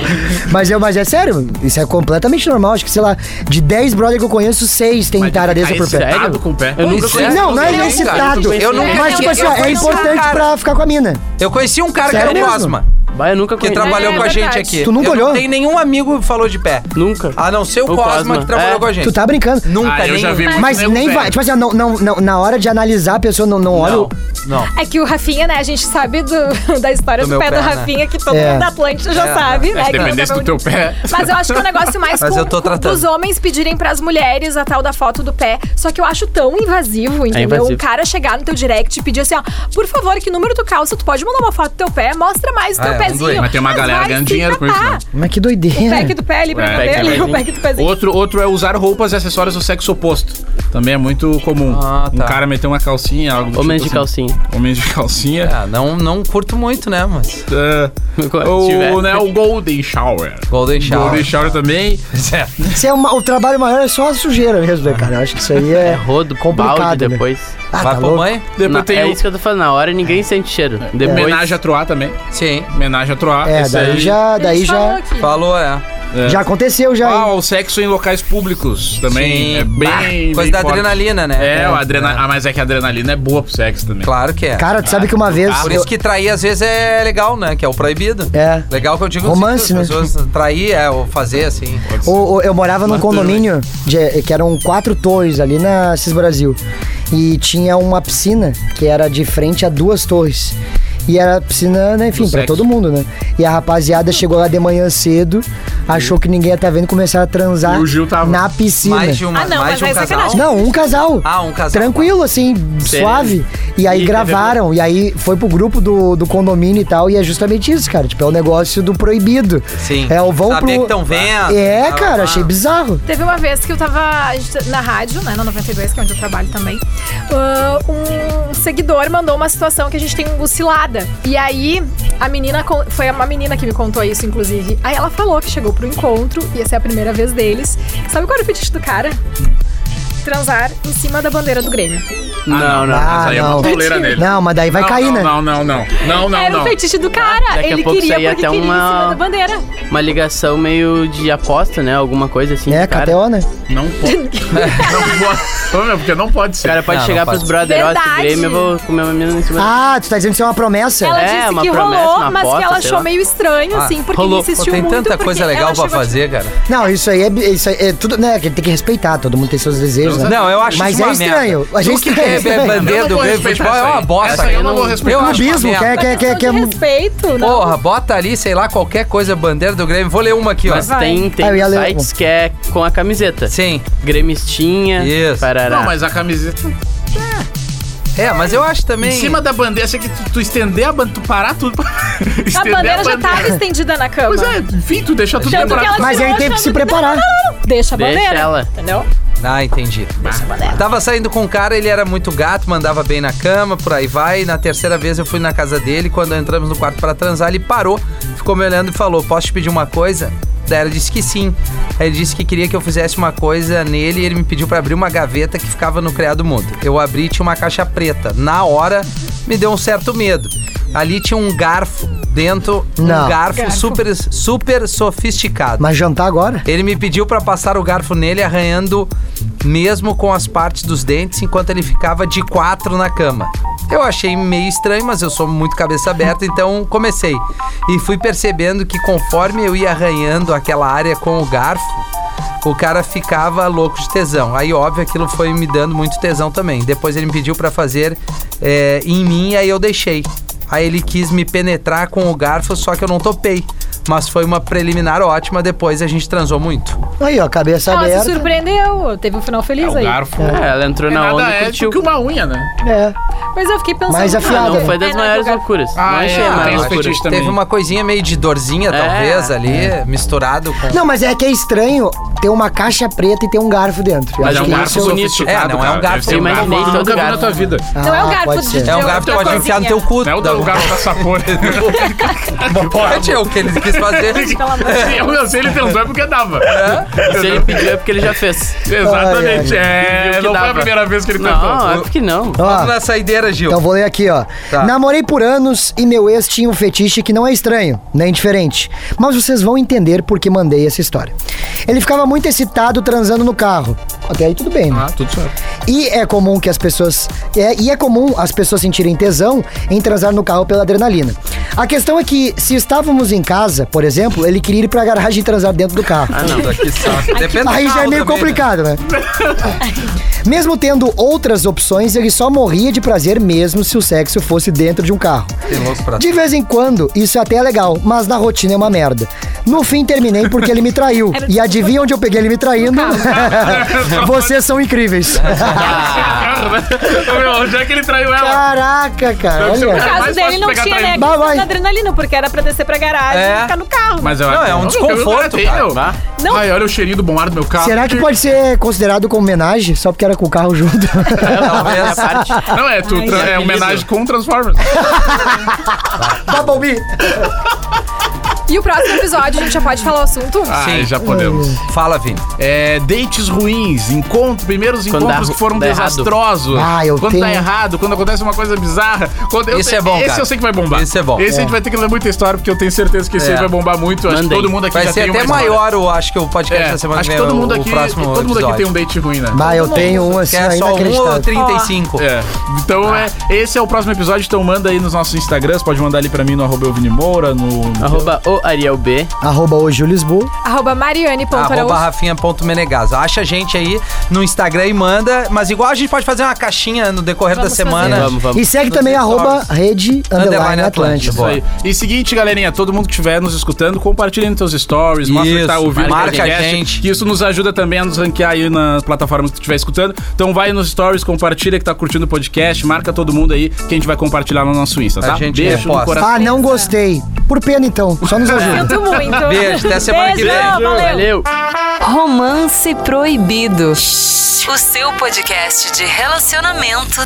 Mas, eu, mas é sério, isso é completamente normal. Acho que, sei lá, de 10 brother que eu conheço, 6 tem taradeza por pé. sério? Ah, Sério? com o pé. Eu nunca Pois conheci é. Não, não é alguém, nem cara. citado. Eu nunca Mas, conheci- tipo assim, eu ó, é conheci um importante cara. pra ficar com a mina. Eu conheci um cara Sério que era o mesmo? Osma, Bah, eu nunca que conheci. trabalhou É, com a gente verdade. aqui. Tu nunca eu olhou? Não tem nenhum amigo que falou de pé. Nunca. A não ser o, O Cosma, Cosma, que trabalhou é. com a gente. Tu tá brincando. Nunca Ah, eu nem... já vi muito Mas nego nem velho. vai. Tipo assim, ó, não, não, não, na hora de analisar a pessoa, não, não olha. o- Não, não. É que o Rafinha, né? A gente sabe do- da história Do do, meu pé, pé, do né? Rafinha, que todo É. mundo da Atlântida já É, sabe, né? Mas que dependesse do não tá teu pé. mas eu acho que é um negócio mais Mas com, eu tô com- tratando. os homens pedirem pras mulheres a tal da foto do pé. Só que eu acho tão invasivo, entendeu? invasivo. O cara chegar no teu direct e pedir assim, ó, por favor, que número tu calça? Tu pode mandar uma foto do teu pé, mostra mais o Ah, teu é, um doido. pezinho. Mas tem uma galera vai ganhando se dinheiro com isso, catar. né? Mas que O doideira. pack do pé ali pra É, é, pack do ali, o pezinho. pack do pezinho. Outro, outro é usar roupas e acessórios do sexo oposto. Também é muito comum. Ah, tá. Um cara meter uma calcinha, algo do Homens de tipo assim. calcinha. Homens de calcinha. Ah, não, não curto muito, né, mas... É. Quando tiver. O, né, o Golden Shower. Golden Shower. Golden Shower também. Zé. Isso é uma- o trabalho maior é só a sujeira mesmo, né, cara? Eu acho que isso aí é. É rodo, com Complicado, balde né? depois. Ah, Vai tá pra louco. mãe? Depois Na- tem é o- isso que eu tô falando. Na hora É. ninguém sente cheiro. Depois... Homenagem a Troar também. Sim. Homenagem a Troar. É, Esse daí aí- já. Daí Ele falou já. aqui. Falou, é. É. Já aconteceu, já. Ah, o sexo em locais públicos também. Sim. É bem. Bah, bem Coisa da forte. adrenalina, né? É, o adrena... ah, mas é que a adrenalina é boa pro sexo também. Claro que é. Cara, tu sabe que uma Ah, vez. Por eu- isso que trair às vezes é legal, né? Que é o proibido. É. Legal que eu digo Romance, assim, que as né? pessoas trair é o fazer assim. O- o- eu morava num condomínio de- que eram quatro torres ali na Cis Brasil. E tinha uma piscina que era de frente a duas torres. E era piscina, né, enfim, Do pra sexo. todo mundo, né? E a rapaziada chegou lá de manhã cedo, achou que ninguém ia tá vendo, começaram a transar E o Gil tava. na piscina. Mais de, uma, Ah, não, mais mas de um aí é casal. sacanagem. né? Não, um casal. Ah, um casal. Tranquilo, assim, Sério? suave. E aí Ih, gravaram, e aí foi pro grupo do, do condomínio e tal, e é justamente isso, cara. Tipo, é o negócio do proibido. Sim. É, o vão Saber pro... que tão vendo. É, Ah, cara, ah. achei bizarro. Teve uma vez que eu tava a gente- na rádio, né, na 92, que é onde eu trabalho também. ah, um seguidor mandou uma situação que a gente tem um cilada. E aí, a menina. con- Foi uma menina que me contou isso, inclusive. Aí ela falou que chegou pro encontro, ia ser a primeira vez deles. Sabe qual era o fetiche do cara? Transar em cima da bandeira do Grêmio. Não, não. Ah, Mas aí é uma não. pauleira nele. Não, mas daí vai Não, cair, não, né? Não, não, não. Não, não, era um não. o fetiche do cara. Daqui a Ele pouco queria saía porque até queria em uma- cima da bandeira. Uma ligação meio de aposta, né? Alguma coisa assim. É, do cara. KTO, né? Não pode. não pode. Ô, meu, Porque não pode O ser. cara pode Não, chegar não pode. pros brother, ó, esse Verdade. Grêmio, eu vou comer uma mina em cima da- Ah, tu tá dizendo que isso é uma promessa? Ela É, disse uma que promessa, uma rolou, mas que aposta, ela sei achou lá. meio estranho, Ah, assim, porque rolou. ele insistiu tem muito. tanta porque coisa legal ela pra chegou a- fazer, cara. Não, isso aí é, isso aí é tudo, né? Que tem que respeitar, todo mundo tem seus desejos, né? Não, eu acho Mas isso é uma estranho. merda. A gente Tu que tem- quer é ver a bandeira do Grêmio de futebol é essa uma aí. bosta. Essa aí eu não vou respeitar. Eu acho uma Clubismo, é merda. quer, quer, quer, quer. Questão de respeito, né? Porra, bota ali, sei lá, qualquer coisa, bandeira do Grêmio. Vou ler uma aqui, ó. Mas tem, tem Ah, eu ia ler sites que é com a camiseta. Sim. Gremistinha. Isso. Parará. Não, mas a camiseta. É, mas eu acho também. Em cima da bandeira, achei que tu, tu estender a bandeira, tu parar tudo. pra- estender A bandeira já tava estendida na cama. Pois é, enfim, tu deixa tudo Ah, Tanto que ela preparado. Mas tirou, aí tem que achando se preparar. Não, não, não. Deixa a Deixa bandeira. ela. Entendeu? Ah, entendi. Deixa a bandeira. Tava saindo com um cara, ele era muito gato, mandava bem na cama, por aí vai. Na terceira vez eu fui na casa dele, quando entramos no quarto pra transar, ele parou, ficou me olhando e falou: Posso te pedir uma coisa? Daí Daí ela disse que sim. Aí ele disse que queria que eu fizesse uma coisa nele e ele me pediu pra abrir uma gaveta que ficava no criado mudo. Eu abri e tinha uma caixa preta. Na hora, me deu um certo medo. Ali tinha um garfo dentro, um Não. garfo, Garfo. super super sofisticado. Mas jantar agora? Ele me pediu pra passar o garfo nele, arranhando mesmo com as partes dos dentes, enquanto ele ficava de quatro na cama. Eu achei meio estranho, mas eu sou muito cabeça aberta, então comecei. E fui percebendo que conforme eu ia arranhando aquela área com o garfo, o cara ficava louco de tesão. Aí, óbvio, aquilo foi me dando muito tesão também. Depois ele me pediu pra fazer é, em mim, aí eu deixei. Aí ele quis me penetrar com o garfo, só que eu não topei. Mas foi uma preliminar ótima, depois a gente transou muito. Aí, ó, cabeça Ela se Tá aberta. surpreendeu, teve um final feliz É, o aí. garfo. É, ela entrou É na nada onda e ético curtiu. que uma unha, né? É. Mas eu fiquei pensando... Mais ah, afiada. Não foi das É, maiores não, loucuras. Ah, não é, achei tem a maior os loucura. fetiches também. É. Teve uma coisinha meio de dorzinha, talvez, ali, misturado com. Não, mas é que é estranho ter uma caixa preta e ter um garfo dentro. Eu Mas acho é um que garfo isso um- bonito. É, não é um cara. garfo. Deve ser Eu um garfo imaginei que tu todo nunca viu na garfo. tua vida. Não é o Ah, garfo pode de- ser. de É um garfo que pode cozinha. enfiar no teu cu. um Não é o garfo da sapor. Pode, é o que ele quis fazer. Então- Se eu sei, ele transou é porque dava. Se ele pediu é porque ele já fez. Exatamente. Ai, É, Viu que não foi a dava. primeira vez que ele Não, tentou. é porque não. Ó, Vamos na saideira, Gil. Então vou ler aqui, ó. Tá. Namorei por anos e meu ex tinha um fetiche que não é estranho, nem diferente. Mas vocês vão entender por que mandei essa história. Ele ficava muito excitado transando no carro. Até aí tudo bem, né? Ah, tudo certo. E é comum que as pessoas. é- e é comum as pessoas sentirem tesão em transar no carro pela adrenalina. A questão é que, se estávamos em casa, por exemplo, ele queria ir pra garagem e transar dentro do carro. Ah, não, daqui só. Depende do Aí já carro é meio também, né? complicado, né? Mesmo tendo outras opções, ele só morria de prazer mesmo se o sexo fosse dentro de um carro. Tem louco pra De vez em quando, isso até é legal, mas na rotina é uma merda. No fim, terminei porque ele me traiu. E adivinha onde eu peguei ele me traindo? Vocês são incríveis. Ah, Meu, já que ele traiu ela. Caraca, cara. Deve ser um olha. No cara caso mais fácil dele não pegar tinha, né? traindo. Vai, vai. da adrenalina, porque era pra descer pra garagem É. e ficar no carro. Mas eu Não, acho é um que- Nunca viu desconforto, nada, hein, cara. meu? Vá. Não. Ai, olha o cheirinho do bom ar do meu carro. Será que pode ser considerado como homenagem só porque era com o carro junto? Minha Talvez. parte. Não, é, tu, tra- é apelido. homenagem com Transformers. Bumblebee. E o próximo episódio a gente já pode falar o assunto? Ai, Sim. já podemos. Fala, Vini. É, dates ruins, encontros, primeiros Quando encontros dá- que foram dá errado. desastrosos. Ah, eu quando tenho- tá errado, quando acontece uma coisa bizarra. Quando eu Esse sei- é bom, Esse cara. eu sei que vai bombar. Esse é bom. Esse a É. gente vai ter que ler muita história, porque eu tenho certeza que esse É. aí vai bombar muito. Acho que Mandem. todo mundo aqui Vai já ser tem até uma história. maior, eu acho, que o podcast É, da semana acho que que vem. todo o- mundo o aqui, próximo todo mundo aqui episódio. tem um date ruim, né? Bah, eu tenho um assim, Que é ó, só um ou inacreditável. 35. É. Tá. Então é, esse é o próximo episódio, então manda aí nos nossos Instagrams, pode mandar ali pra mim no arroba Elvini Moura, no... Ah, Arroba o Ariel B. Arroba o Júlio Lisboa. Arroba mariane.araújo. Ah, Arroba rafinha.menegas. Acha a gente aí no Instagram e manda. Mas igual a gente pode fazer uma caixinha no decorrer Vamos da semana. fazer. Vamos, vamos. E segue Nos também stories. arroba rede underline Atlântico. Atlântico. Boa. Isso aí. E seguinte, galerinha, todo mundo que estiver nos escutando, compartilha nos seus stories, mostra que tá Isso, ouvindo. o marca podcast, a gente. Que isso nos ajuda também a nos ranquear aí nas plataformas que tu estiver escutando. Então vai nos stories, compartilha que tá curtindo o podcast, marca todo mundo aí que a gente vai compartilhar no nosso Insta, A tá? gente Beijo no reposta. coração. Ah, não gostei. Por pena então, só nos ajuda. Sinto muito. Beijo, até semana que Beijo, vem. Ah, valeu. Valeu. Romance Proibido. O seu podcast de relacionamento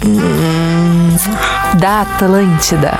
da Atlântida.